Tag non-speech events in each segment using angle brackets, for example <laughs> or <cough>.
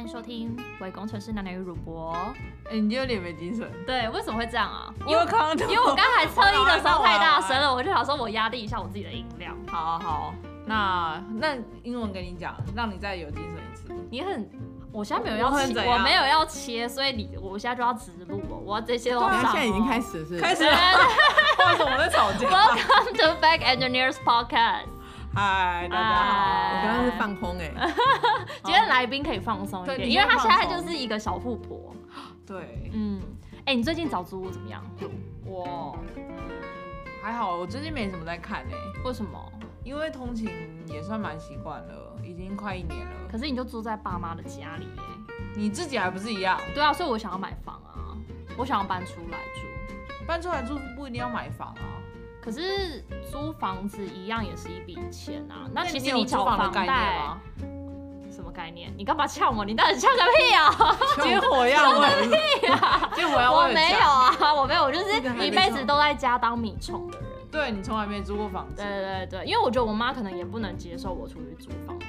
迎收听《伪工程师男男与乳博》。哎、你有点没精神。对，为什么会这样啊？因我为看到，因为我刚才侧音的时候太大声了，我就想说我压低一下我自己的音量。好啊好啊，那那英文跟你讲，让你再有精神一次。你很，我现在没有要我很切，怎我样没有要切，所以你我现在就要直录哦，我要这些都 <laughs> 你上。看现在已经开。始了是不是开始对了，对为什么我在吵对 <laughs> 架？Welcome to Back Engineers Podcast。嗨，大我嗨家刚刚是放空哎、欸今天来宾可以放松一对点，你因为可以他现放在松就是一个小富婆。好。 <laughs> 对，嗯，哎、你最近找租屋怎么样？我还好，我最近没什么在看哎、为什么？因为通勤也算蛮习惯了，已经快一年了。可是你就住在爸妈的家里耶、你自己还不是一样？对啊，所以我想要买房啊，我想要搬出来住。搬出来住不一定要买房啊。可是租房子一样也是一笔钱啊。那其你实有缴租房的概念贷啊 <laughs> 吗？什么概念？你干嘛呛我？你到底呛个屁啊！结果要问， <laughs> 结果要我问，没有。啊，我没有，我就个还是没一辈子都在家当米虫的人。对你从来没租过房子对，对对，因为我觉得我妈可能也不能接受我出去租房子，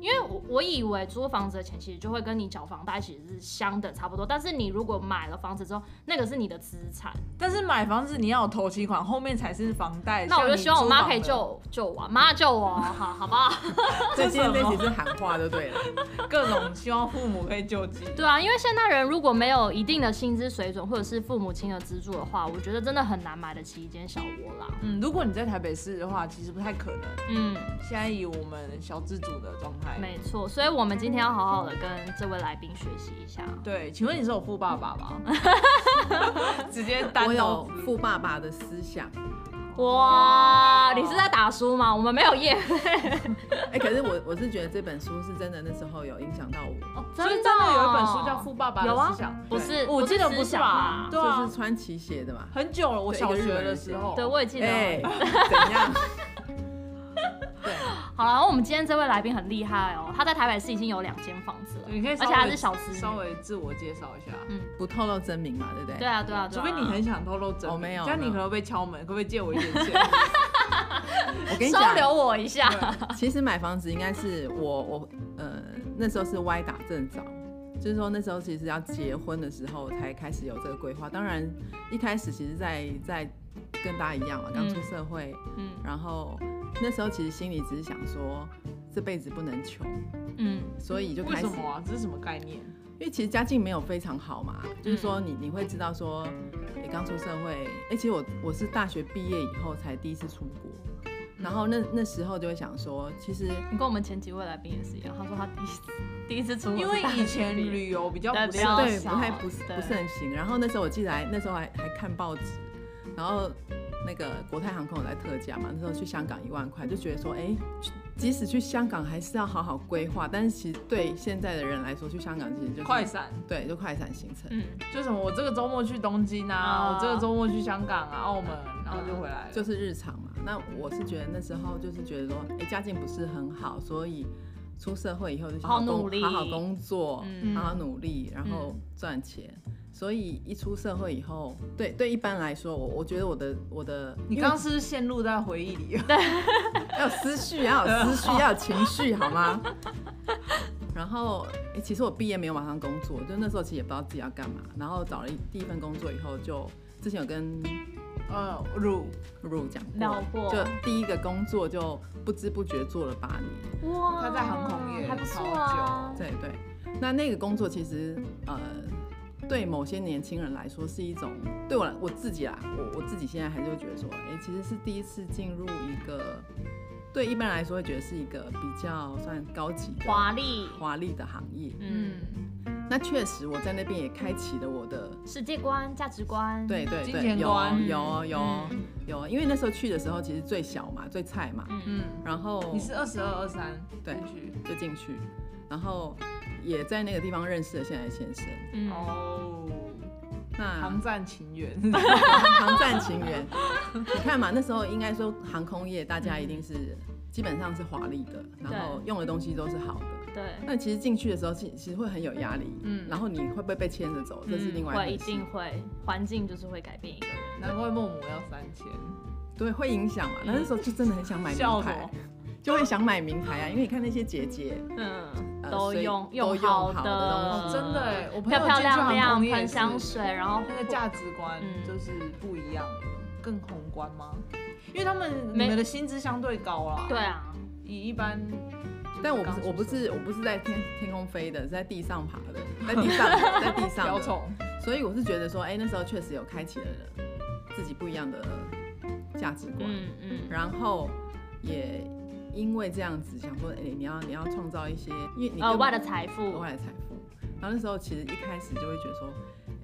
因为我我以为租房子的钱其实就会跟你缴房贷其实是相等差不多，但是你如果买了房子之后，那个是你的资产，但是买房子你要有头期款，后面才是房贷。那我就像你希望我妈可以租房救救我啊，妈救我啊，好好不好？ <laughs> 所以今天这是什么这集是喊话就对了。的各种希望父母可以救济。对啊，因为现代人如果没有一定的薪资水准，或者是父母亲的资助的话，我觉得真的很难买得起一间小窝啦。嗯，如果你在台北市的话，其实不太可能。嗯，现在以我们小资主的状态，没错，所以我们今天要好好的跟这位来宾学习一下。对，请问你是有富爸 <laughs> 爸吗？直接哦单刀我有直入富爸爸的思想，哇，你是在打书吗？我们没有业配哎、可是我我是觉得这本书是真的，那时候有影响到我，哦所以真真的的有一本哦书叫《富爸爸有啊的思想》，不对哦是我记得不是不思是想吧吧？对啊就是，川崎写的嘛。很久了，我对小一个学日本人的写时的候， <laughs> 对，我也记得。哎、怎样？ <laughs> 对，好了，然后我们今天这位来宾很厉害哦，他在台北市已经有两间房子了，你可以而稍且微，还是小资女。稍微自我介绍一下。不透露真名嘛，对不对？对啊，对啊，对除啊。非你很想透露真名，哦没有这样没你有可能会被敲门，可不可以借我一点 <laughs> 钱？我跟你收讲，留我一下。其实买房子应该是我我呃那时候是歪打正着，就是说那时候其实要结婚的时候才开始有这个规划。当然一开始其实在在跟大家一样嘛，刚出社会，嗯然后那时候其实心里只是想说这辈子不能穷，嗯所以就为开始什，么啊？这是什么概念？因为其实家境没有非常好嘛，嗯就是说你你会知道说你刚出社会，哎、其实我我是大学毕业以后才第一次出国。嗯然后那那时候就会想说，其实你跟我们前几位来宾也是一样，他说他第一次第一次出国是因大学为毕业，以前旅游比较对不比是较对，少不太不是对不是很行。然后那时候我记得还那时候还还看报纸，然后那个国泰航空有在特价嘛，那时候去香港一万块，就觉得说，哎、去即使去香港还是要好好规划。但是其实对现在的人来说，去香港其实就是快闪，对，就快闪行程，嗯，就什么我这个周末去东京啊啊，我这个周末去香港啊、澳门，然后就回来了。就是日常嘛。那我是觉得那时候就是觉得说，哎、家境不是很好，所以出社会以后就想好好工努力好好工作，嗯好好努力，然后赚钱。所以一出社会以后，对对，一般来说，我我觉得我的我的，你因为刚刚是不是陷入在回忆里？要有思绪，要有 <laughs> 思绪，要有情绪，好吗？ <laughs> 然后，诶其实我毕业没有马上工作，就那时候其实也不知道自己要干嘛。然后找了一第一份工作以后就，之前有跟 <laughs> 呃，乳， Ru 讲聊过过，哦就第一个工作就不知不觉做了八年。哇，他在航空业还不错超啊久。对对，那那个工作其实呃，对某些年轻人来说是一种，对我来我自己啦，我我自己现在还是会觉得说，哎、其实是第一次进入一个，对一般来说会觉得是一个比较算高级的华丽，华丽的行业。嗯，嗯，那确实我在那边也开启了我的，世界观、价值观，对对金对，钱有观有有嗯有，因为那时候去的时候其实最小嘛，最菜嘛，嗯嗯，然后你是二十二、二三对进去就进去，然后也在那个地方认识了现在的先生。嗯，哦，那航站情缘， <laughs> 航站情缘，你看嘛，那时候应该说航空业大家一定是、基本上是华丽的，然后用的东西都是好的。对，那其实进去的时候，其其实会很有压力，嗯，然后你会不会被牵着走，这是另外会一一回事，定会，环境就是会改变一个人。难怪孟母要三千，对，会影响嘛。那那时候就真的很想买名笑什牌么，就会想买名牌啊，因为你看那些姐姐，嗯，呃都所以用都用好好的东西真的哎，我朋友漂漂进去亮航亮，空业喷香是水，然后哦那个价值观嗯就是不一样了，更宏观吗？因为他们你没们的薪资相对高啦，对，啊，以一般，但我不是我不是我不是在天天空飞的，是在地上爬的，在地上的在地上小的，丑，所以我是觉得说，哎、那时候确实有开启了自己不一样的价值观，嗯嗯，然后也因为这样子想说，哎、你要你要创造一些，因为你额根呃外本的财额富，外的财富。然后那时候其实一开始就会觉得说，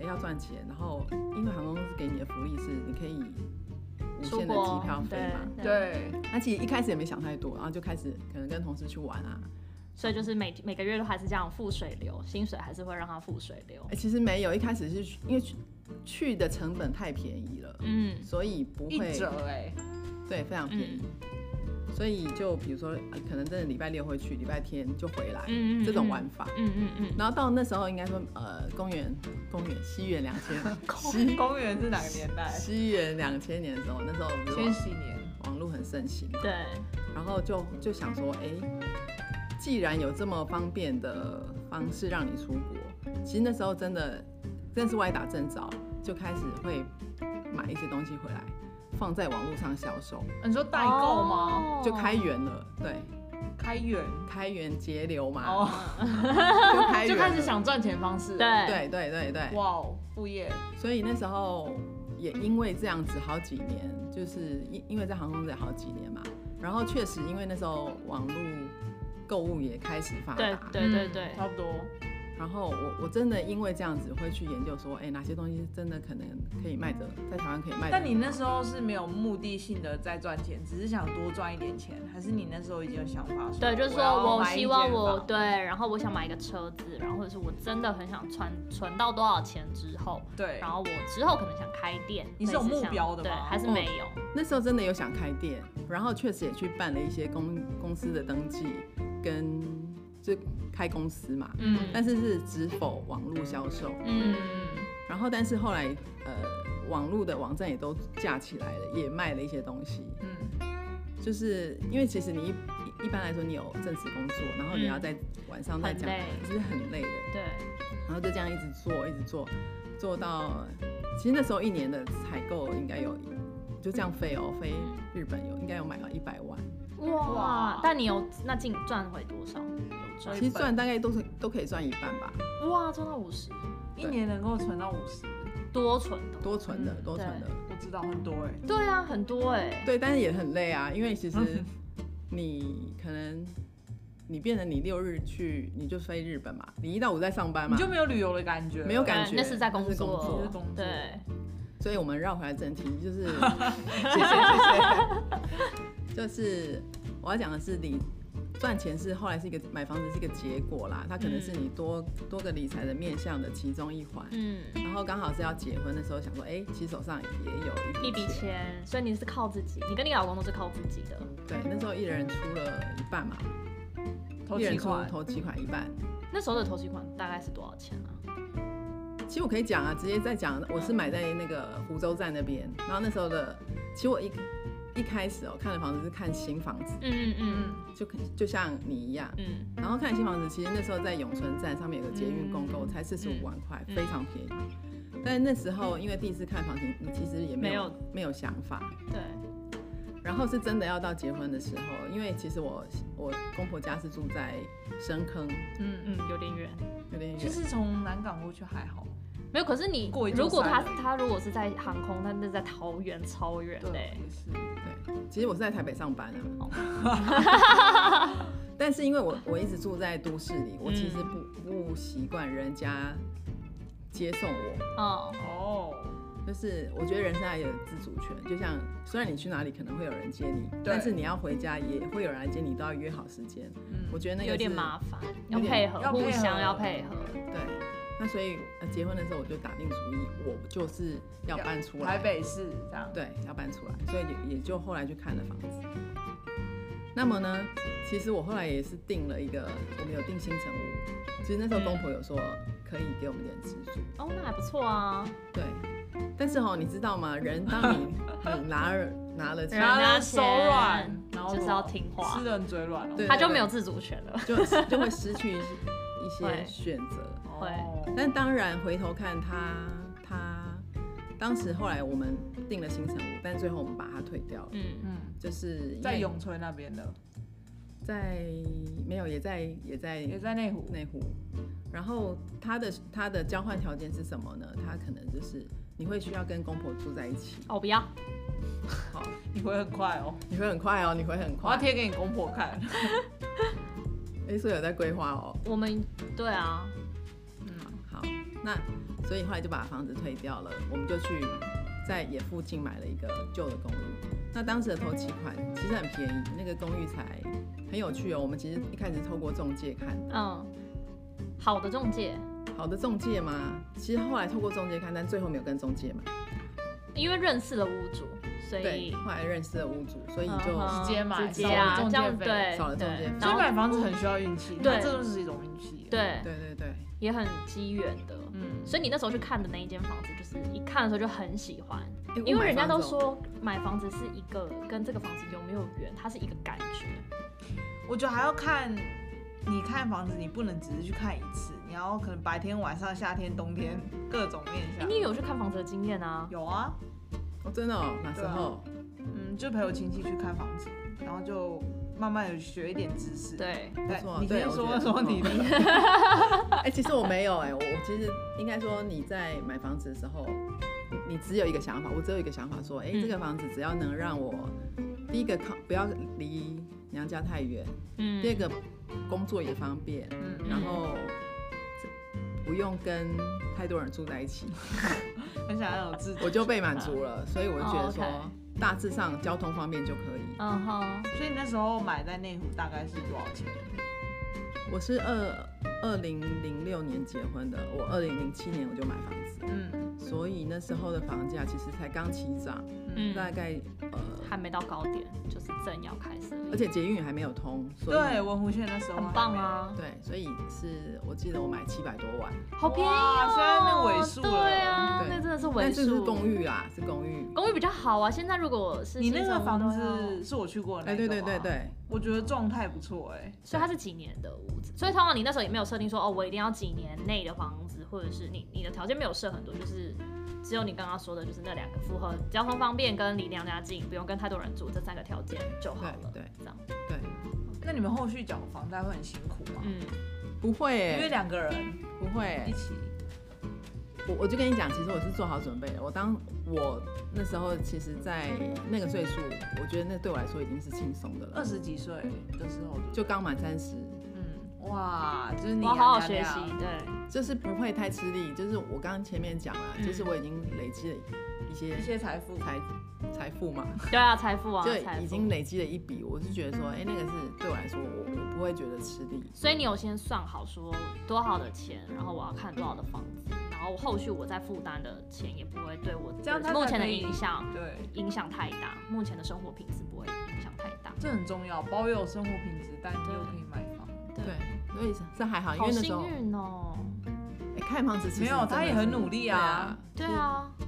哎、要赚钱，然后因为航空公司给你的福利是你可以无出限的机国票费对嘛。对，那其实一开始也没想太多，然啊后就开始可能跟同事去玩啊。所以就是每每个月都还是这样付水流，薪水还是会让它付水流哎、，其实没有，一开始是去因为去去的成本太便宜了，嗯所以不一会折哎，对非常便宜嗯，所以就比如说、呃可能真的礼拜六会去，礼拜天就回来，嗯嗯，这种嗯玩，法。嗯嗯嗯，然后到那时候应该说，呃，公元公元西元两 <laughs> 千 <laughs> 西公园是哪个年代？西元两千年的时候，那时候不是千网禧年，网络很盛行，对，然后就就想说，哎、既然有这么方便的方式让你出国，其实那时候真的真是歪打正着，就开始会买一些东西回来，放在网络上销售，哦你说代购吗？哦就开源了，对，开源，开源节流嘛，哦，啊 <laughs> 就开源就了开始，想赚钱方式，，对，对对对对，哇哦，副业，所以那时候也因为这样子好几年，就是因因为在航空业好几年嘛，然后确实因为那时候网络购物也开始发对达，对对对嗯，差不多，然后我我真的因为这样子会去研究说，哎、哪些东西是真的可能可以卖的，在台湾可以卖的。但你那时候是没有目的性的在赚钱，只是想多赚一点钱，还是你那时候已经有想法说？对，就是说我要我买一希望间我房对，然后我想买一个车子，然后或者是我真的很想存存到多少钱之后，对然后我之后可能想开店，你是有类似目像标的对，吗还是嗯没有？那时候真的有想开店，然后确实也去办了一些公公司的登记，跟就开公司嘛，嗯但是是只否网络销售。嗯，然后但是后来呃，网络的网站也都架起来了，也卖了一些东西。嗯，就是因为其实你一一般来说你有正职工作，然后你要在晚上再嗯很讲累，其实很累的。对，然后就这样一直做，一直做，做到其实那时候一年的采购应该有，就这样飞哦，飞日本有应该有买到一百万，哇哇！但你有那净赚回多少？有所赚以其实赚大概都是都可以赚一半吧，哇，赚到五十，一年能够存到五十，多存的，多存的嗯多存的，我知道很多哎、对啊，很多哎、对，但是也很累啊，因为其实嗯你可能你变成你六日去你就飞日本嘛，你一到五在上班你嘛就，没有旅游的感觉，没有对感觉那是在那工是工作，作那是工作对，所以我们绕回来正题，就是 <laughs> 谢谢谢就是我要讲的是理赚钱是后来是一个买房子是一个结果啦，它可能是嗯你多、多个理财的面向的其中一环。嗯，然后刚好是要结婚的时候，想说，哎、其实手上也有一一笔笔钱，钱，所以你是靠自己，你跟你老公都是靠自己的，对，那时候一人出了一半嘛，谢，投一几人出款，投几款一半。那时候的投期款大概是多少钱啊？其实我可以讲啊，直接再讲，我是买在那个湖州站那边，然后那时候的，其实我一一开始哦、看的房子是看新房子，嗯嗯嗯，就就像你一样，嗯然后看新房子，其实那时候在永春站上面有个捷运共购，才四十五万块，嗯非常便宜。但那时候因为第一次看房型，你其实也没有没有没有想法。嗯，对，然后是真的要到结婚的时候，因为其实我我公婆家是住在深坑，嗯嗯，嗯，有点远。有点其远。实从南港过去还好，没有，可是你过一座如果他山而已他如果是在航空，但是在桃园超远对，嘞、也是，对，其实我是在台北上班啊。哦 <laughs> 但是因为我我一直住在都市里，我其实嗯不不习惯人家接送我。嗯，哦，就是我觉得人生还有自主权，就像虽然你去哪里可能会有人接你，对但是你要回家也会有人来接你，都要约好时间。嗯我觉得那个有点是麻烦，要有点配合，要配合互相要配合。对。那所以、呃、结婚的时候我就打定主意，我就是要搬出来，台北市这样，对，要搬出来，所以也也就后来去看了房子。那么呢，其实我后来也是定了一个，我们有定新城屋，其实那时候公婆有说可以给我们点资助，哦，那还不错啊，对。 <laughs> 但是哦，你知道吗？人当你你拿了拿了钱人拿手软钱，然后就是要听话吃人嘴软哦。对他就没有自主权了。就就会失去一些一些会选择。会哦但当然回头看他，他当时后来我们定了新城屋，但最后我们把它退掉了，嗯，嗯，就是因为在永春那边的，在没有也在也在也在内湖。内湖。然后他的他的交换条件是什么呢？他可能就是你会需要跟公婆住在一起，哦，不要，好，你会很快哦，你会很快哦，你会很我要快。贴给你公婆看。诶，所以有在规划哦。我们对啊，好，那所以后来就把房子推掉了，我们就去在也附近买了一个旧的公寓。那当时的头期款其实很便宜，那个公寓才很有趣哦。我们其实一开始透过中介看，嗯，好的中介，好的中介嘛，其实后来透过中介看，但最后没有跟中介买。因为认识了屋主，所对，以后来认识了屋主，所以就嗯哼直接买直接啊少，了中介这样费对，少了中对介费然所以后买房子很需要运气，对它这就是一种运气。，对，对对对，也很机缘的。嗯，所以你那时候去看的那一间房子，就是一看的时候就很喜欢，诶因我为买人家房都子哦说买房子是一个跟这个房子有没有缘，它是一个感觉。我觉得还要看你看房子，你不能只是去看一次，你要可能白天、晚上、夏天、冬天各种面哎，向。你有去看房子的经验啊？有啊，哦，真的哦，哪时对啊候？嗯，就陪我亲戚去看房子，然后就慢慢有学一点知识。，对，不错你对先我觉说得嗯说你的。 <laughs> 哎、其实我没有哎、我我其实应该说你在买房子的时候，你你只有一个想法，我只有一个想法说，哎、嗯这个房子只要能让我第一个靠不要离娘家太远，嗯第二个工作也方便，嗯，然后不用跟太多人住在一起，很想要有自主。我就被满足了，所以我就觉得说。哦，OK 大致上交通方便就可以。嗯哼，所以你那时候买在内湖大概是多少钱？我是二二零零六年结婚的，我二零零七年我就买房子，嗯所以那时候的房价其实才刚起涨。嗯大概呃，还没到高点，就是正要开始。而且捷运还没有通，所以对，文湖线那时候很棒还没有！啊，对所以是我记得我买七百多万，好便宜哦！哇虽然那尾数了对啊，对那真的是尾但数。是是公寓啦，是公寓。公寓比较好啊。现在如果是你那新个成屋房都要子是我去过的哎，那个对对对吗，对，我觉得状态不错哎、所以它是几年的屋子，所以通常你那时候也没有设定说哦，我一定要几年内的房子，或者是你你的条件没有设很多，就是只有你刚刚说的，就是那两个符合交通方便跟离娘家近，不用跟太多人住这三个条件就好了。对对，这样，对，那你们后续缴房贷会很辛苦吗？嗯，不会因为耶，两个人不会一耶，起，我我就跟你讲，其实我是做好准备的。我当我那时候，其实，在那个岁数，我觉得那对我来说已经是轻松的二了，十几岁的时候就刚满三十，嗯，哇，就是我你要好好洋学洋习洋，对，就是不会太吃力。就是我刚刚前面讲了，嗯就是我已经累积了一些一些财富，财财富嘛，对啊，财富啊，财就富已经累积了一笔，我是觉得说，哎、那个是对我来说，我我不会觉得吃力。所以你有先算好说多少的钱，然后我要看多少的房子，然后后续我再负担的钱也不会对我这样它才目前的可以影响对，影响太大，目前的生活品质不会影响太大。这很重要，保有生活品质，但你又可以买房。对对，所以这还好，因好为那时幸候、运哦！哎看房子其实没有真的他也是很努力啊对，啊，就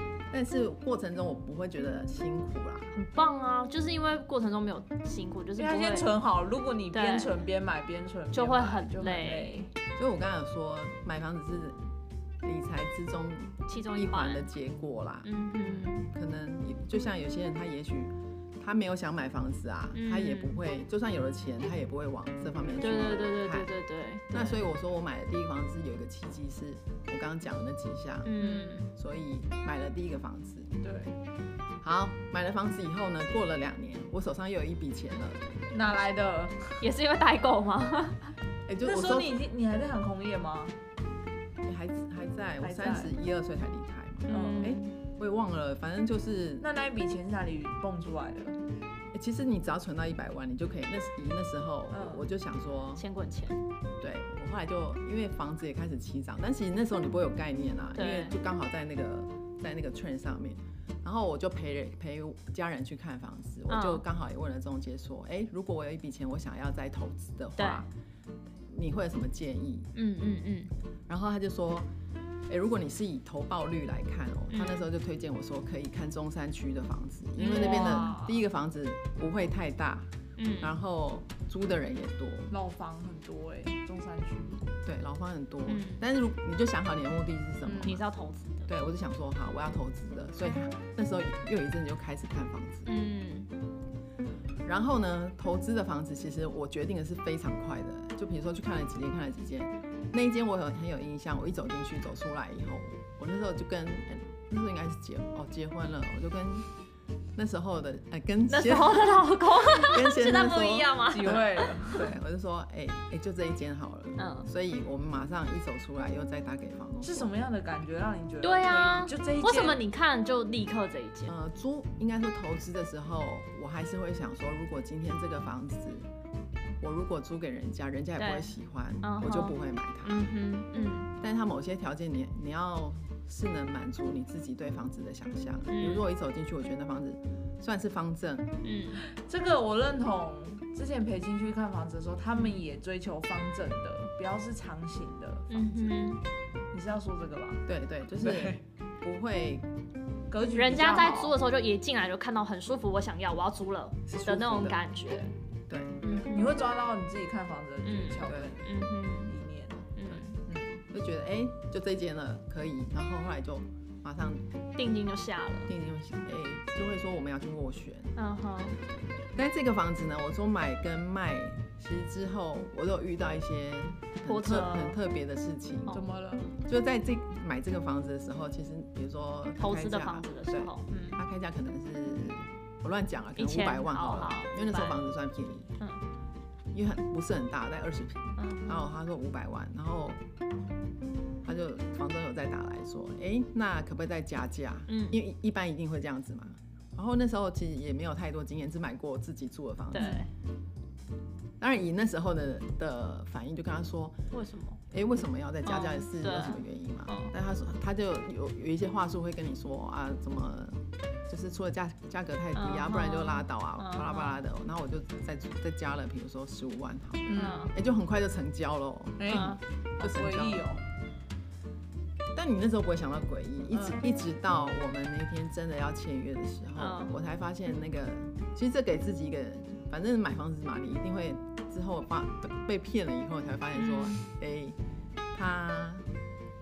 是但是过程中我不会觉得辛苦啦。很棒啊！就是因为过程中没有辛苦，啊就是因不为他先会存好，如果你对边存边买，边存边买就会很就很累累。所以我刚才有说，买房子是理财之中其中一一环环的。结果啦。嗯哼，可能也就像有些人，他也许他没有想买房子啊，嗯他也不会，就算有了钱，他也不会往这方面去对对对对看对对对。那所以，以我说我买的第一个房子是有一个契机，是我刚刚讲的那几项，嗯，所以买了第一个房子。对，好，买了房子以后呢，过了两年，我手上又有一笔钱了，哪来的？也是因为代购吗？哎、就那我时候说你已经你还在航空业吗？哎还还在我还在三十一二岁才离开嘛，嗯哎我也忘了，反正就是，那那一笔钱是哪里蹦出来的？哎其实你只要存到一百万，你就可以。那时以那时候，嗯我就想说，钱滚钱，对我后来就因为房子也开始起涨，但其实那时候你不会有概念啊，因对为就刚好在那个在那个 train 上面。然后我就陪人陪家人去看房子，我嗯就刚好也问了中介说，哎、如果我有一笔钱，我想要再投资的话，你会有什么建议？嗯嗯嗯，然后他就说：“哎、诶，如果你是以投报率来看哦，他那时候嗯就推荐我说可以看中山区的房子，因为那边的哇第一个房子不会太大，嗯，然后租的人也多，老房很多哎、中山区 <laughs> 对，老方很多。嗯但是如你就想好你的目的是什么嘛？你是要投资的，对，我就想说好，我要投资的，所以那时候又有一阵子就开始看房子。嗯然后呢，投资的房子其实我决定的是非常快的，就比如说去看了几间，看了几间，那一间我有很有印象，我一走进去走出来以后，我那时候就跟、哎那时候应该是结哦结婚了，我就跟那时候的哎跟那时先候的老公跟 <laughs> 先现在生不说，一样吗？几位了？对，我就说哎哎就这一间好了，嗯所以我们马上一走出来又再打给房东，是什么样的感觉让你觉得？对啊就这一间为什么你看就立刻这一件？呃，租应该说投资的时候，我还是会想说，如果今天这个房子，我如果租给人家，人家也不对会喜欢嗯，我就哼不会买它。嗯哼，嗯但是它某些条件你，你要是能满足你自己对房子的想象。比嗯如说我一走进去，我觉得那房子算是方正，嗯这个我认同。之前陪进去看房子的时候，他们也追求方正的，不要是长形的房嗯子。哼，你是要说这个吧？对对，就是对不会格局比较人家在租好，的时候就一进来就看到很舒服，我想要，我要租了是舒的那服种的感觉。对嗯你会抓到你自己看房子的诀窍对的嗯哼，理念。嗯，嗯，就觉得哎、就这间了可以，然后后来就马上定金就下了。定定哎、就会说我们要去斡旋。嗯哼，但这个房子呢，我说买跟卖，其实之后我都有遇到一些波很折特很特别的事情。哦怎么了？就在这买这个房子的时候，其实比如说它投开资的价房子的时，候，嗯对它开价可能是我乱讲了，可能1000五百万好哦了好，因为那时500候房子算便宜，嗯因为很不是很大，在二十平。嗯然后他说五百万，然后他就房东有再打来说，哎，那可不可以再加价？嗯因为一般一定会这样子嘛。然后那时候其实也没有太多经验，只买过自己住的房子对。，当然，以那时候的的反应，就跟他说为什么？：“哎、为什么要再加价嗯是对有什么原因嘛？”嗯但他说，他就有有一些话术会跟你说啊，怎么就是除了价价格太低啊，嗯不然就拉倒啊，嗯巴拉巴拉的。然后我就再再加了，比如说十五万好，哎、嗯就很快就成交了哦。哎、嗯好诡异哦。但你那时候不会想到诡异，一直、嗯一直到我们那天真的要签约的时候，嗯我才发现那个，其实这给自己一个，反正买房子嘛，你一定会之后发被被骗了以后，你才会发现说，哎、嗯他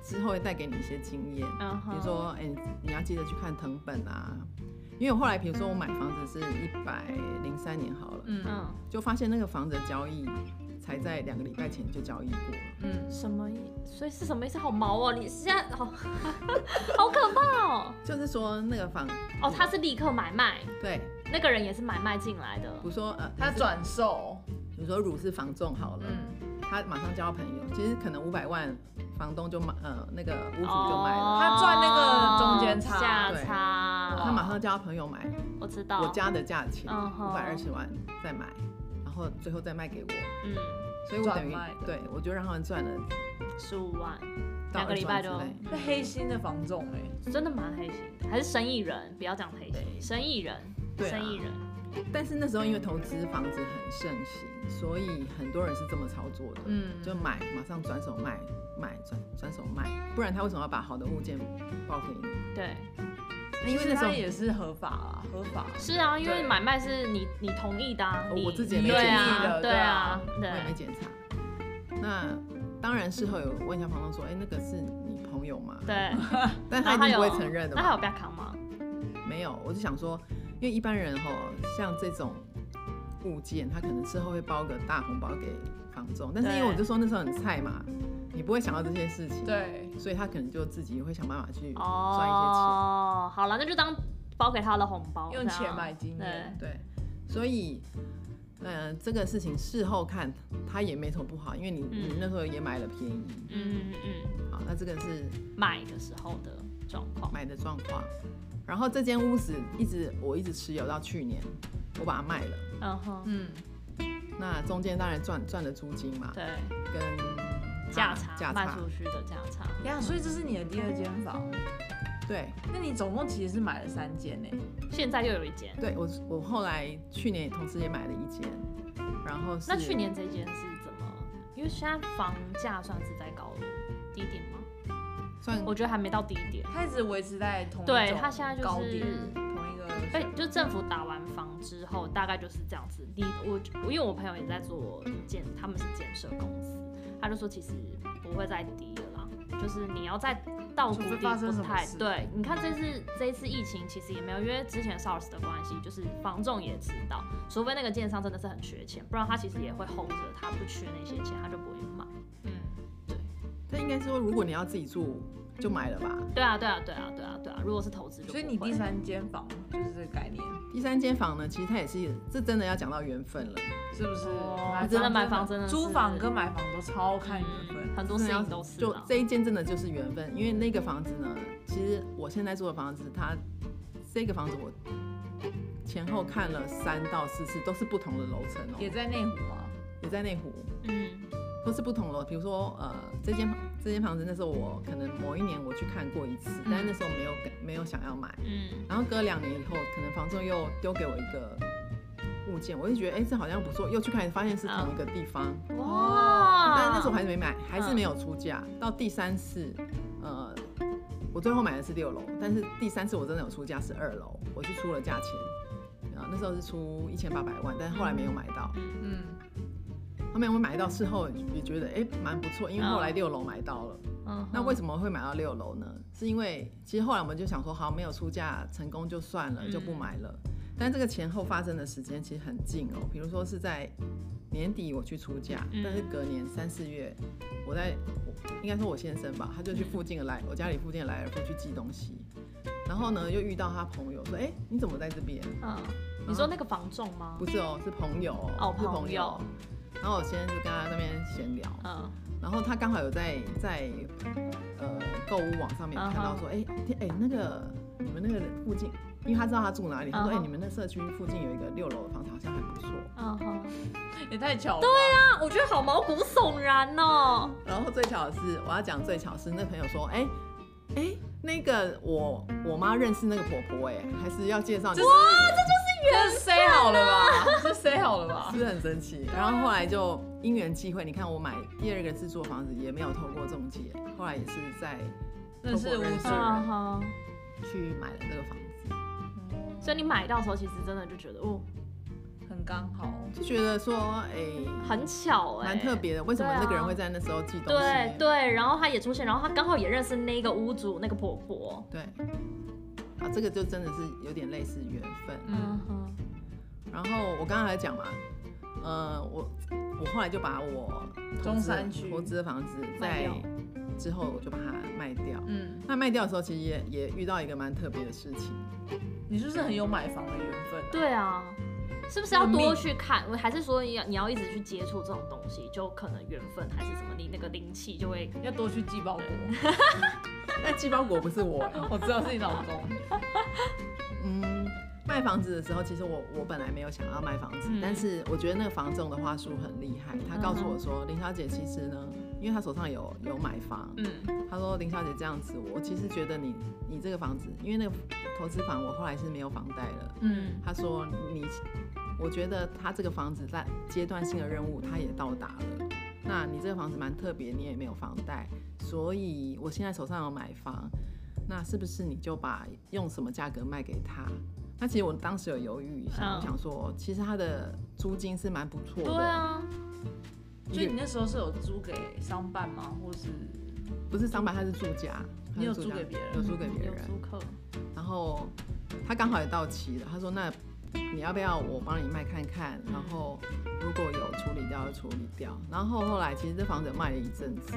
之后会带给你一些经验，嗯比哼，如说，哎、你你要记得去看藤本啊，因为我后来比如说我买房子是一百零三年好了，嗯嗯就发现那个房子的交易才在两个礼拜前就交易过了。嗯，什么意？所以是什么意思？好毛哦！你现在好好可怕哦！就是说，那个房哦，他是立刻买卖，对，那个人也是买卖进来的比。如说呃，他转售，比如说乳是房仲好了，嗯，他马上交到朋友，其实可能五百万，房东就买呃那个屋主就卖了，他赚那个中间差价对哦差。他马上交到朋友买我知哦道，我加的价钱嗯五哼百二十万再买，然后最后再卖给我，嗯，所以我等于转卖的对我就让他们赚了十五万，到两个礼拜就20万之那黑心的房仲 <laughs> 哎、真的蛮黑心的，还是生意人，不要讲黑心，生意人，对啊生意人，类。但是那时候因为投资房子很盛行，所以很多人是这么操作的，嗯就买马上转手卖，买转转手卖，不然他为什么要把好的物件报给你？对，那因为那时他候也是合法啦，合法。是啊，因为对买卖是你你同意的啊，哦你我自己也没对建议啊，的对啊，对我也没检查。那当然事后有问一下房东说，哎、那个是你朋友吗？对， <laughs> 但然后他一还定有不会承认的那还有嘛。不要扛吗？没有，我就想说，因为一般人吼，像这种物件，他可能事后会包个大红包给房东，但是因为对我就说那时候很菜嘛，你不会想到这些事情，，对，所以他可能就自己会想办法去赚一些钱。哦，好了，那就当包给他的红包，用这样钱买经验哦对，对，所以，呃，这个事情事后看他也没什么不好，因为你、你嗯那时候也买了便宜，嗯嗯好，那这个是嗯，买的时候的状况，买的状况。然后这间屋子一直我一直持有到去年，我把它卖了。嗯哼，嗯，那中间当然赚赚了租金嘛，对，跟价啊差嗯价卖差出去的价差，呀，所以这是你的第二间房，对那你总共其实是买了三间呢、现在又有一间，对，我我后来去年同时也买了一间，然后是那去年这间是怎么？因为现在房价算是在高低点吗？算我觉得还没到低点。它一直维持在同一对种它现在就是哎高点同一个水被平，就政府打完房之后，大概就是这样子。你我因为我朋友也在做建，他们是建设公司，他就说其实不会再低了啦，就是你要再到谷除非底发生不什么太事对。你看这次这一次疫情其实也没有，因为之前 SARS 的关系，就是房仲也知道，除非那个建商真的是很缺钱，不然他其实也会 hold 着，他不缺那些钱，他就不会卖。嗯，但应该是说，如果你要自己住，就买了吧。对啊，对啊，对啊，对啊，对啊。如果是投资就不所会，嗯以你第三间房就是这个概念，第三间房呢，其实它也是，这真的要讲到缘分了，是不是哦？房真的买房真的是租房跟买房都超看缘嗯分，很多真事的要情都是就啦这一间真的就是缘分，因为那个房子呢，其实我现在住的房子，它这个房子我前后看了三到四次，都是不同的楼层哦，也在内湖啊吗？也在内湖，嗯都是不同楼。比如说呃，这间这间房子那时候我可能某一年我去看过一次，但是那时候没有感没有想要买。嗯然后隔两年以后，可能房仲又丢给我一个物件，我就觉得哎、这好像不错，又去看，发现是同一个地方，哇！但是那时候我还是没买，还是没有出价。到第三次，呃，我最后买的是六楼，但是第三次我真的有出价是二楼，我去出了价钱，啊，那时候是出一千八百万，但是后来没有买到。嗯，后面我买到事后也觉得哎蛮、不错，因为后来六楼买到了。嗯哼那为什么会买到六楼呢？是因为其实后来我们就想说，好，没有出价成功就算了，嗯就不买了。但这个前后发生的时间其实很近哦，比如说是在年底我去出价，嗯但是隔年三四月，我在我应该说我先生吧，他就去附近的来我家里附近的莱尔富去寄东西，然后呢又遇到他朋友说，哎、你怎么在这边？嗯，你说那个房仲吗？不是哦，是朋友哦是朋友。然后我先生就跟他那边闲聊，嗯然后他刚好有在在呃购物网上面嗯有看到说，哎、天哎、那个你们那个附近，因为他知道他住哪里，他嗯说哎、哼你们那社区附近有一个六楼的房子好像还不错。嗯哼，也太巧了。对啊，那我觉得好毛骨悚然哦。然后最巧的是，我要讲最巧的是那朋友说，哎、哎、那个我我妈认识那个婆婆、哎，还是要介 <laughs> 绍你，这 say 好了吧？啊这 say 好了吧 <laughs> 是？不是很神奇？然后后来就因缘际会，你看我买第二个自住的房子也没有透过中介，后来也是在认识屋主是嗯哼，去买了这个房子。所以你买到的时候，其实真的就觉得哦，很刚好，就觉得说，哎、很巧哎、蛮特。别的。为什么对啊那个人会在那时候寄东西？对对，然后他也出现，然后他刚好也认识那个屋主那个婆婆。对啊，这个就真的是有点类似缘分。嗯嗯哼，然后我刚刚还讲嘛，呃，我我后来就把我投中资山区投资的房子卖在掉之后我就把它卖掉。嗯，那卖掉的时候，其实也也遇到一个蛮特别的事情。 <laughs> 你是不是很有买房的缘分啊？对啊，是不是要多去看？我还是说你要你要一直去接触这种东西，就可能缘分还是什么，你那个灵气就会。要多去寄包裹。 <laughs> 那寄包裹不是我，啊我知道是你 <laughs> 老公，嗯，卖房子的时候，其实我我本来没有想要卖房子，嗯但是我觉得那个房仲的话术很厉害，他告诉我说，林小姐其实呢，因为她手上有有买房，嗯她说林小姐这样子，我其实觉得你你这个房子，因为那个投资房我后来是没有房贷了，嗯她说你，我觉得她这个房子在阶段性的任务她也到达了。那你这个房子蛮特别，你也没有房贷，所以我现在手上有买房，那是不是你就把用什么价格卖给他？那其实我当时有犹豫一下，嗯我想说，其实他的租金是蛮不错的，对，啊，所以你那时候是有租给商办吗？或是不是三百，他是住家，他是你有住家租给别人有租给别有人，租客。然后他刚好也到期了，他说那你要不要我帮你卖看看？然后如果有处理掉就处理掉。然后后来其实这房子卖了一阵子，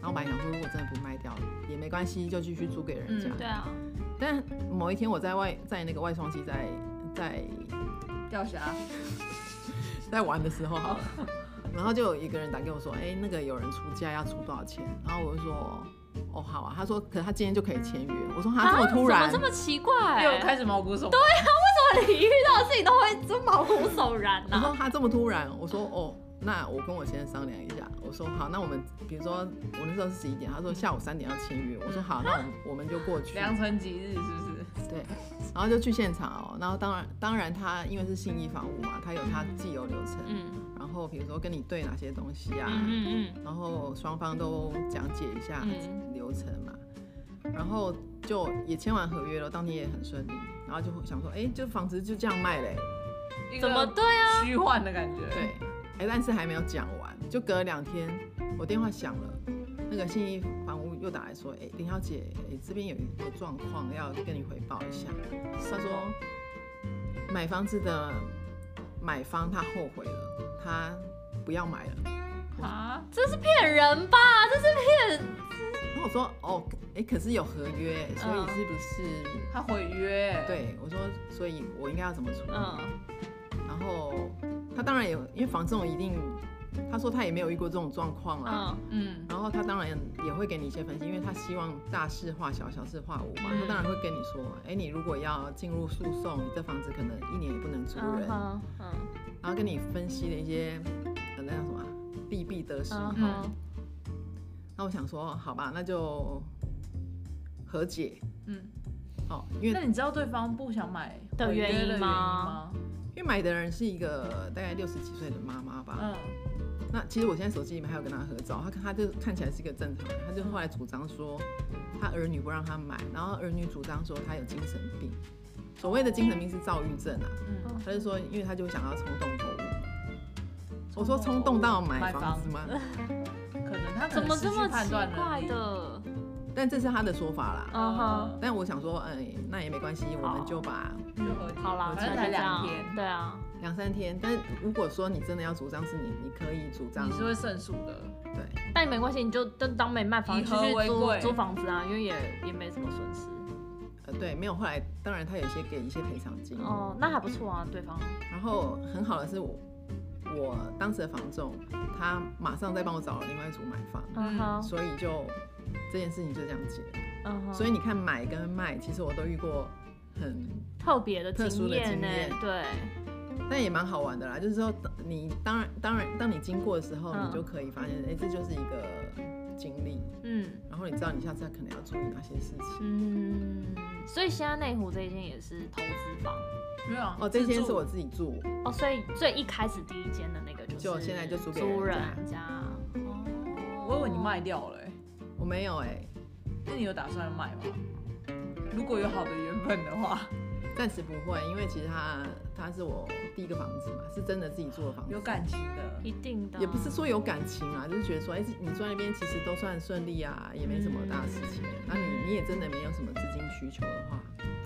然后我本来想说如果真的不卖掉也没关系，就继续租给人家。嗯对啊，但某一天我在外在那个外双溪在在钓虾？在玩的时候好了，然后就有一个人打给我说，哎、那个有人出价要出多少钱？然后我就说。哦，好啊。他说，可是他今天就可以签约。我说，他这么突然，啊怎么这么奇怪？ <laughs> 又开始毛骨悚然。对，你遇到的事情都会这毛骨悚然啊呐、我说他这么突然，我说哦，那我跟我先生商量一下，我说好，那我们比如说我那时候是十一点，他说下午三点要签约，我说好，那我们我们就过去，良辰吉日是不是？对，然后就去现场哦，然后当然当然他因为是信义房屋嘛，他有他既有流程，嗯然后比如说跟你对哪些东西啊，嗯嗯然后双方都讲解一下嗯流程嘛，然后就也签完合约了，当天也很顺利，然后就会想说，哎、就房子就这样卖嘞、欸一个怎么对啊？虚幻的感觉？对，哎、但是还没有讲完，就隔了两天，我电话响了，那个信义房屋又打来说，哎、林小姐，哎、这边有一个状况要跟你回报一下。他说，买房子的买方他后悔了，他不要买了。啊，这是骗人吧？这是然后我说，哦，哎、可是有合约，所嗯以是不是？他毁约，，对，我说，所以我应该要怎么处理？嗯，然后他当然也，因为房仲一定，他说他也没有遇过这种状况啊啦。嗯嗯，然后他当然也会给你一些分析，因为他希望大事化小，小事化无嘛。嗯他当然会跟你说，哎，你如果要进入诉讼，你这房子可能一年也不能租人，嗯嗯然后跟你分析了一些，呃，那叫什么啊利弊得失。嗯好哼，那我想说，好吧，那就和解嗯，哦，因为那你知道对方不想买的毁约原因的吗吗？因为买的人是一个大概六十几岁的妈妈吧。嗯，那其实我现在手机里面还有跟他合照，他他就看起来是一个正常人，他就后来主张说他儿女不让他买，然后儿女主张说他有精神病，所谓的精神病是躁郁症啊，嗯，他就说因为他就想要冲动购物，我冲动说冲动到买买房房子吗？ <laughs> 可能他可怎能么这么失去判奇断怪能力？呃的？但这是他的说法啦，嗯哼，但我想说，哎、那也没关系，我们就把就合体好啦，反正那才就这两样天，对啊，两三天，但如果说你真的要主张是你，你可以主张你，是会胜诉的。对。但没关系，你就当当没卖房，以继和续为租贵租房子啊，因为也也没什么损失。呃，对，没有。后来当然他有一些给一些赔偿金，哦，那还不错啊，对方。然后很好的是我，我当时的房仲，他马上再帮我找了另外一组买方，嗯哼，所以就这件事情就这样解。嗯哦哼，所以以你看买跟卖，其实我都遇过很，特别的特殊经的验经呢验，对，但也蛮好玩的啦。就是说，你当然当然，当你经过的时候，嗯你就可以发现，哎、这就是一个经历。嗯然后你知道你下次可能要注意哪些事情。嗯，所以现在内湖这一间也是投资房没有啊哦，这间自助是我自己住，哦，所以最一开始第一间的那个就是就现在就租给租人家人家。哦我以为你卖掉了、欸，我没有哎、那你有打算卖吗？如果有好的缘分的 <laughs> 话，暂时不会，因为其实它它是我第一个房子嘛，是真的自己住的房子。有感情的，一定的啊，也不是说有感情啊，就是觉得说，哎、你住在那边其实都算顺利啊，也没什么大事嗯情。那、你你也真的没有什么资金需求的话，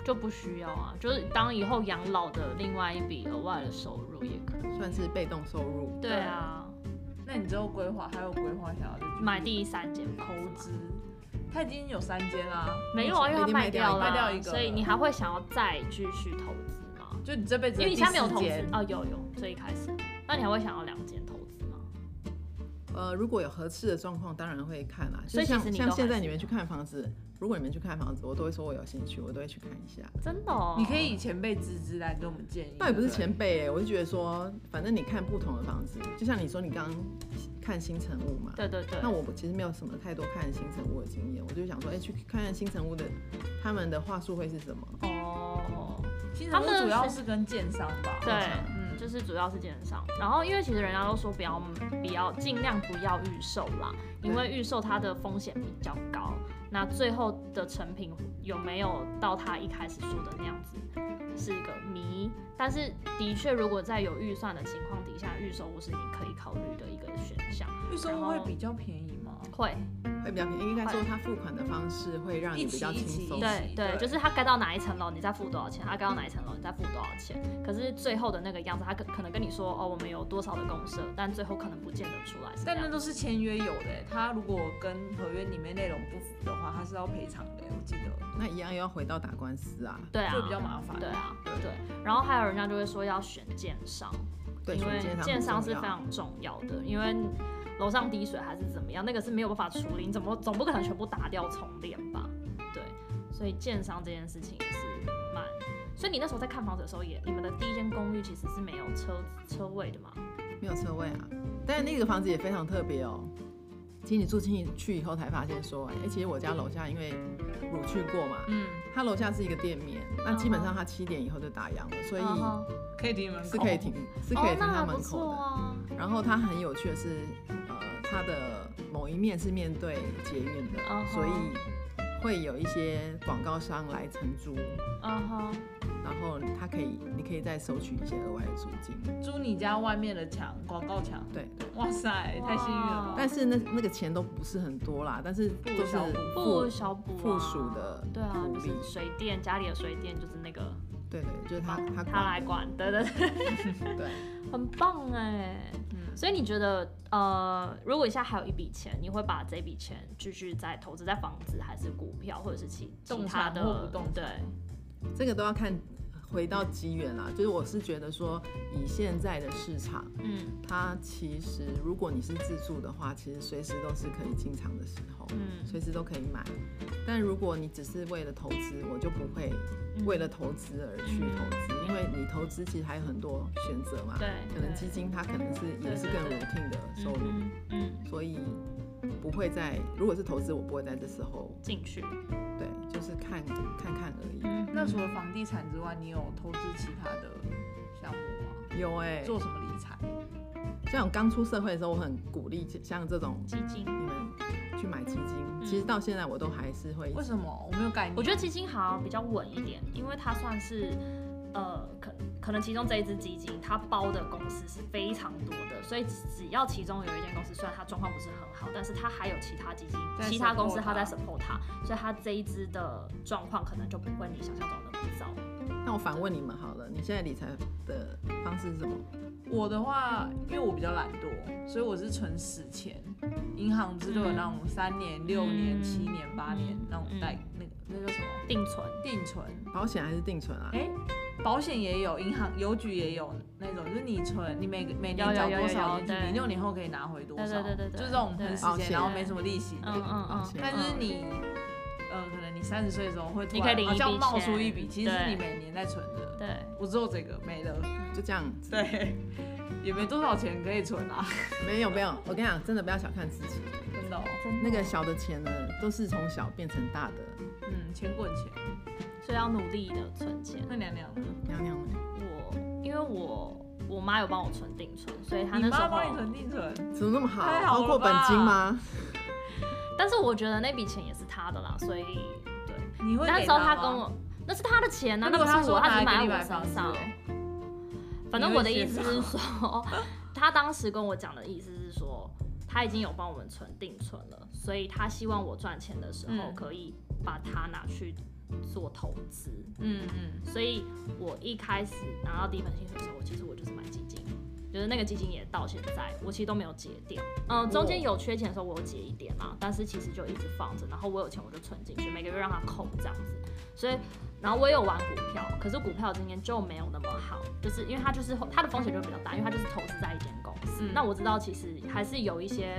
就不需要啊，就是当以后养老的另外一笔额外的收入也可以。算是被动收入。对啊，那你之后规划还有规划想要就去买第三间投房子嘛资？他已经有三间啦，没有啊，因为已它经卖卖掉了，一个卖掉一个所以你还会想要再继续投资吗？就你这辈子因的为你现在没有投资第四间哦，有有，最一开始，那你还会想要两间投资吗？呃，如果有合适的状况，当然会看啦。所以就像其实你都像现还在是你们去看房子，如果你们去看房子，我都会说我有兴趣，我都会去看一下。真的、哦，你可以以前辈资质来给我们建议，倒也不是对对前辈、欸，我就觉得说，反正你看不同的房子，就像你说你刚刚看新城屋嘛，对对对，那我其实没有什么太多看新城屋的经验，我就想说，哎、去看看新城屋的他们的话术会是什么。哦，新他城们屋主要是跟建商吧，对嗯，就是主要是建商，然后因为其实人家都说不要不要尽量不要预售啦，因为预售它的风险比较高，那最后的成品有没有到他一开始说的那样子是一个谜，但是的确如果在有预算的情况底下，预售屋是你可以考虑的一个选项，预售屋会比较便宜吗？会。会比较便宜，应该说它付款的方式会让你比较轻一松起一起。对对，对就是他该到哪一层楼，你再付多少钱；他该到哪一层楼，你再付多少钱。可是最后的那个样子，他可可能跟你说哦，我们有多少的公社，但最后可能不见得出来是这但那样。都是签约有的、欸他如果跟合约里面内容不符的话，他是要赔偿的、我记得那一样又要回到打官司啊，对啊，就比较麻烦对啊，对。然后还有人家就会说要选建商，对，因为所以建建商商很是重非要常重要的，因为楼上滴水还是怎么样，那个是没有办法处理，你怎么总不可能全部打掉重练吧？对，所以建商这件事情也是蛮。所以你那时候在看房子的时候也，你们的第一间公寓其实是没有车车位的嘛？没有车位啊。但那个房子也非常特别哦。其实你住进去以后才发现说，哎、其实我家楼下因为乳去过嘛，嗯，它楼下是一个店面，那基本上它七点以后就打烊了，所以嗯哼可以停门口是可以停，是可以停它门口的。哦、然后它很有趣的是，呃，它的某一面是面对捷运的嗯哼所以会有一些广告商来承租，嗯哼，然后他可以，你可以再收取一些额外的租金。租你家外面的墙，广告墙。对，哇塞，哇太幸运了吧！但是那那个钱都不是很多啦，但是不都是小补不小补啊附属的对啊，福就利是水电家里的水电就是那个对对，就是他他他来管管，对对对，的 <laughs> 对。很棒哎。嗯所以你觉得呃，如果你现在还有一笔钱，你会把这笔钱继续再投资在房子还是股票，或者是其其动他产的或不动对，这个都要看回到机缘啦。就是我是觉得说，以现在的市场，嗯它其实如果你是自住的话，其实随时都是可以进场的时候，嗯随时都可以买。但如果你只是为了投资，我就不会嗯为了投资而去投资，因为你投资其实还有很多选择嘛。对可能对基金它可能是也是对更对对 routine 的收入，嗯嗯所以不会在如果是投资，我不会在这时候，进去，对，就是看看看而已。嗯那除了房地产之外，你有投资其他的项目吗？有哎、做什么理财？像我刚出社会的时候，我很鼓励像这种基金，你们去买基金。嗯其实到现在我都还是会，为什么我没有概念？我觉得基金好像比较稳一点，因为它算是呃，可可能其中这一只基金它包的公司是非常多的，所以只要其中有一间公司虽然它状况不是很好，但是它还有其他基金、在其他公司 support 它在它 support 它，所以它这一只的状况可能就不会你想象中那么糟。那我反问你们好了，你现在理财的方式是什么？我的话，因为我比较懒惰，所以我是存死钱。银行不是都有那种三年、六年、嗯七年、八年嗯那种贷，那个那叫什么定存，定存？保险还是定存啊？哎、保险也有，银行、邮局也有那种，就是你存，你每个每年有缴有有多有少有年金，对你六年后可以拿回多少？对对对对对就是这种很死对钱，然后没什么利息的。嗯嗯保嗯险，但就是你，呃，可能你三十岁的时候会突你可以然领一好像笔冒钱出一笔，其实是对你每年在存的。嗯对，我只有这个没了，就这样子，对，也没多少钱可以存啊，没有没有，我跟你讲，真的不要小看自己，真的、哦。真的那个，小的钱呢，都是从小变成大的。嗯，钱滚钱。所以要努力的存钱。那娘娘呢？娘娘呢？我因为我我妈有帮我存定存，所以她你那时妈候帮你存定存，怎么那么好？太好了包括本金吗？但是我觉得那笔钱也是他的啦，所以对。你会那给时候她他跟吗，我，那是他的钱啊，如那果不她是说我，他她只来买给在你我买身房子上。欸反正我的意思是说，他当时跟我讲的意思是说，他已经有帮我们存定存了，所以他希望我赚钱的时候嗯可以把它拿去做投资。嗯嗯，所以我一开始拿到第一份薪水的时候，我其实我就是买基金，就是那个基金也到现在我其实都没有结掉。嗯，中间有缺钱的时候我有结一点嗯啦，但是其实就一直放着，然后我有钱我就存进去，每个月让它扣这样子。所以，然后我也有玩股票，可是股票今年就没有那么好，就是因为它就是它的风险就比较大，因为它就是投资在一间公司。嗯那我知道其实还是有一些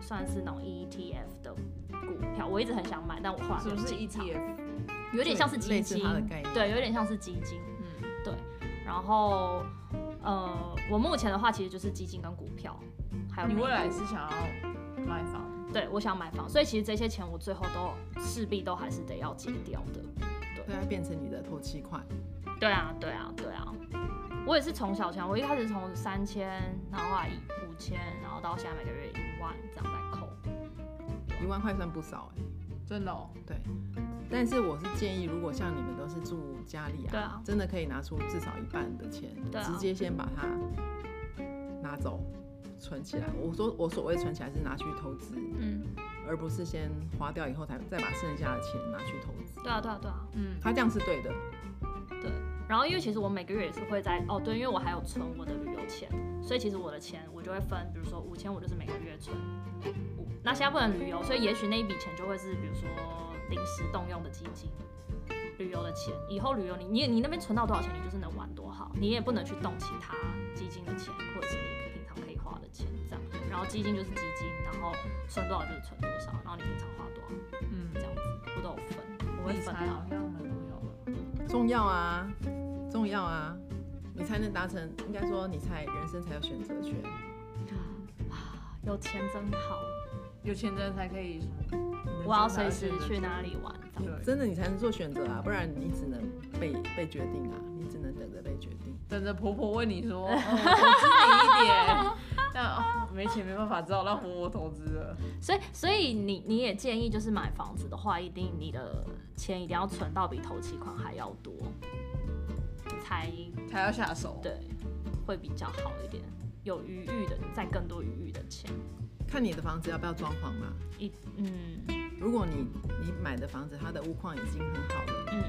算是那种 ETF 的股票，我一直很想买，但我后来是没有不是 E 进场 ETF？有点像是基类似金它的概念。对，有点像是基金。嗯，然后，呃，我目前的话其实就是基金跟股票，还有你美未来股是想要买房？对我想买房，所以其实这些钱我最后都势必都还是得要结掉的。对，它变成你的头期款。对啊，对啊，对啊。我也是从小钱，我一开始从三千，然后后来五千，然后到现在每个月一万这样在扣。一万块算不少哎、真的哦，对。但是我是建议，如果像你们都是住家里对啊，啊真的可以拿出至少一半的钱，对啊直接先把它拿走，存起来。我说我所谓存起来是拿去投资，嗯，而不是先花掉以后才再把剩下的钱拿去投资。对啊，对啊，对啊。嗯，他这样是对的，对，然后因为其实我每个月也是会在哦，对，因为我还有存我的旅游钱，所以其实我的钱我就会分，比如说五千，我就是每个月存五，那现在不能旅游，所以也许那一笔钱就会是比如说临时动用的基金，旅游的钱，以后旅游你你你那边存到多少钱，你就是能玩多好，你也不能去动其他基金的钱，或者是你平常可以花的钱这样，然后基金就是基金，然后存多少就是存多少，然后你平常花多少嗯这，样子，我都有分，我会啊理分财啊到好，像很重要吧？重要啊，重要啊，你才能达成，应该说你才人生才有选择权。有钱真好。有钱人才可以什么？啊我要随时去哪里玩。这样对，真的你才能做选择啊，不然你只能被被决定啊，你只能等着被决定。 <laughs> 等着婆婆问你说，哦、我知你一点，那、哦、没钱没办法，只好让活活投资了。所以，所以你你也建议，就是买房子的话，一定你的钱一定要存到比头期款还要多，才才要下手。对会比较好一点，有余裕的，再更多余裕的钱，看你的房子要不要装潢嘛。一嗯如果你你买的房子它的屋况已经很好了，嗯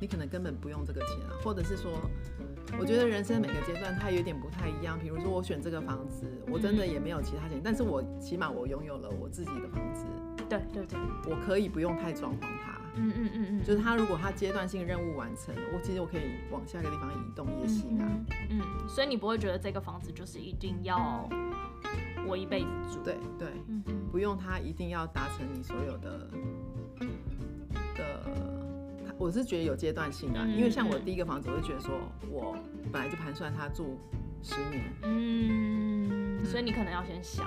你可能根本不用这个钱啊，或者是说，我觉得人生每个阶段它有点不太一样。比如说我选这个房子，我真的也没有其他钱，但是我起码我拥有了我自己的房子，对对对，我可以不用太装潢它。嗯嗯嗯嗯，就是它如果它阶段性任务完成，我其实我可以往下一个地方移动也行啊。嗯，嗯，所以你不会觉得这个房子就是一定要我一辈子住，，对对，嗯嗯不用它一定要达成你所有的的。它我是觉得有阶段性啊，嗯因为像我嗯第一个房子，我就觉得说我本来就盘算它住十年，嗯，所以你可能要先想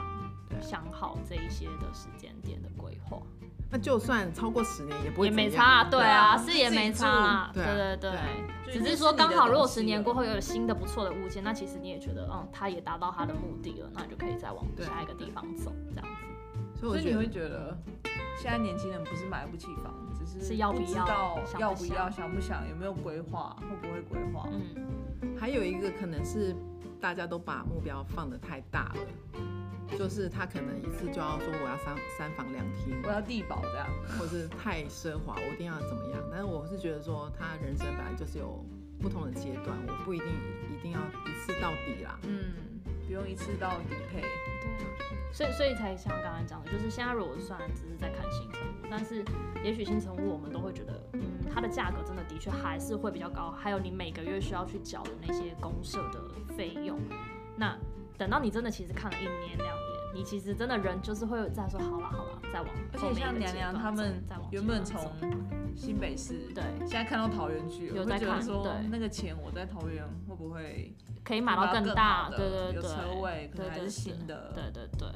对啊想好这一些的时间点的规划，那就算超过十年也不会也没怎样差，对啊，对啊是也没差啦，自己住对对啊对对啊对，就只是是说刚好，如果十是你年的东西了过后又有新的不错的物件，那其实你也觉得，嗯，它也达到它的目的了，那你就可以再往对下一个地方走，这样子所所以我以你觉会得觉得，现在年轻人不是买不起房，只是是要不不知要道想不要不想要，想不想，有没有规划，会不会规划？嗯还有一个可能是大家都把目标放得太大了，就是他可能一次就要说我要三三房两厅，我要地保这样，或是太奢华，我一定要怎么样？但是我是觉得说，他人生本来就是有不同的阶段，我不一定一定要一次到底啦。嗯，不用一次到底配。对，所以所以才像刚刚讲的，就是现在如果虽然只是在看新成屋，但是也许新成屋我们都会觉得，嗯，它的价格真的的确还是会比较高，还有你每个月需要去缴的那些公社的费用，那等到你真的其实看了一年两年，你其实真的人就是会再说好了好了，再往而后面且一像个娘阶娘段他走们再往原阶本段从走新北市，对现在看到桃园去了，有会在觉得看说对那个钱我在桃园会不会？可以买到更大，买到更好的对对对，有车位可对能还对是新的对对对。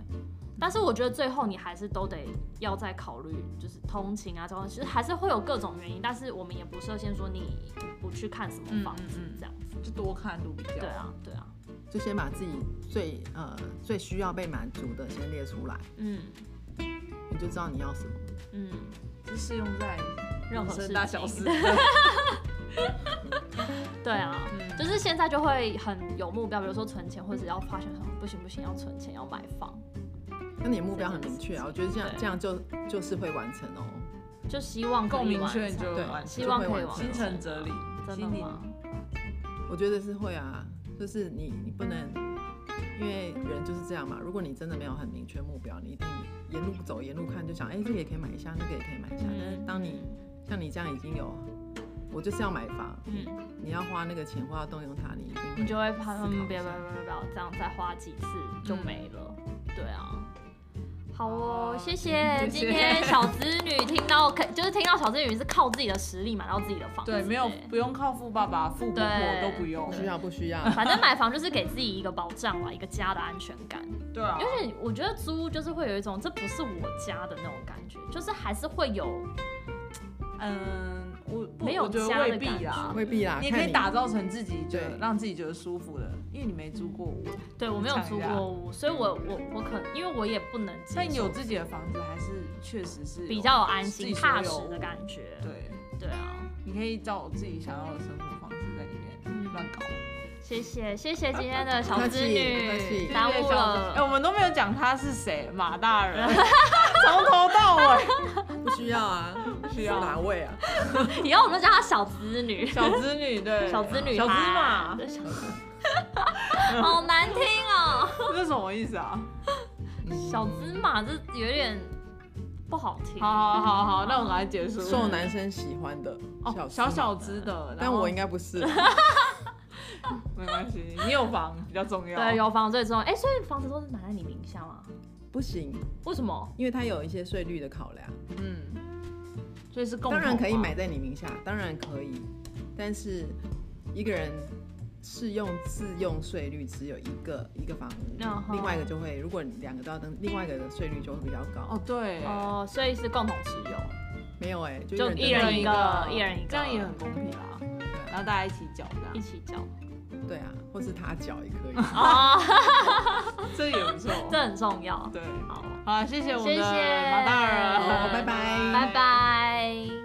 但是我觉得最后你还是都得要再考虑，就是通勤啊，交通，其实还是会有各种原因，但是我们也不设限说你不去看什么房子嗯嗯嗯这样子，就多看多比较。对啊对啊，就先把自己最呃最需要被满足的先列出来，嗯你就知道你要什么。嗯，这适用在任何人事生情大 <laughs> 小事。对啊，嗯就是现在就会很有目标，比如说存钱，或者要发现说不行不行，要存钱要买房，那你的目标很明确啊，我觉得这样对这样就就是会完成哦。就希望可以够明完确成就对完希成，望可就以会完完成成心诚则灵，真心的灵吗？我觉得是会啊，就是你你不能，因为人就是这样嘛。如果你真的没有很明确目标，你一定沿路走沿路看，就想哎、这个也可以买一下，那个也可以买一下。但是当你像你这样已经有，我就是要买房，嗯。你要花那个钱或要动用它，你一定会你就会怕思他考一们下别别别别这样再花几次就没了。对啊，好哦，谢谢嗯谢谢今天小子女听到，可就是听到小子女是靠自己的实力买到自己的房子，对，没有欸不用靠富爸爸、富婆对婆都不用不。需要不需要？反正买房就是给自己一个保障啊啦，一个家的安全感。对啊而，且我觉得租就是会有一种这不是我家的那种感觉，就是还是会有嗯，我不没有我觉家得的未必感啦觉。未必啦，你也看可以打造成自己觉得对让自己觉得舒服的，因为你没租过屋，对嗯我没有你租想一下过屋，所以我我我可能因为我也不能接但你有受自己的房子还是确实是有比较有安自心己踏所有实的感觉。对，对啊。你可以照自己想要的生活方式在里嗯面乱搞。谢谢谢谢今天的小不客织气不客女气，耽误哎、我了。哦们都没有讲他是谁，马大 <laughs> 人，从头到尾。不需要啊，需要是哪位啊？以后我们就叫她小织女，小子女对，小织女，小芝麻，对小织 <laughs> 好难听哦，这是什么意 <laughs> 思啊？小芝麻这有点不好听。好好好好，那我们来结束。受男生喜欢的哦，小小小，小只的，但我应该该不是。没关系，你有房比较重要。对，有房最重要。哎，所以房子都是买在你名下吗？不行，为什么？因为它有一些税率的考量。嗯，所以是共当然可以同吗买在你名下，当然可以，但是一个人适用自用税率只有一个一个房屋嗯哼另外一个就会，如果你两个都要登，另外一个的税率就会比较高。哦，对，哦，所以是共同持有。没有哎、就就一一人人登一记个一人一个这样也很公平啊啦。然后大家一起缴这一样。起交对啊，或是他缴也可以。哦，这也不错。 <laughs> 这很重要。对，好，好，谢谢我们谢的谢马大人，哦好拜拜拜拜。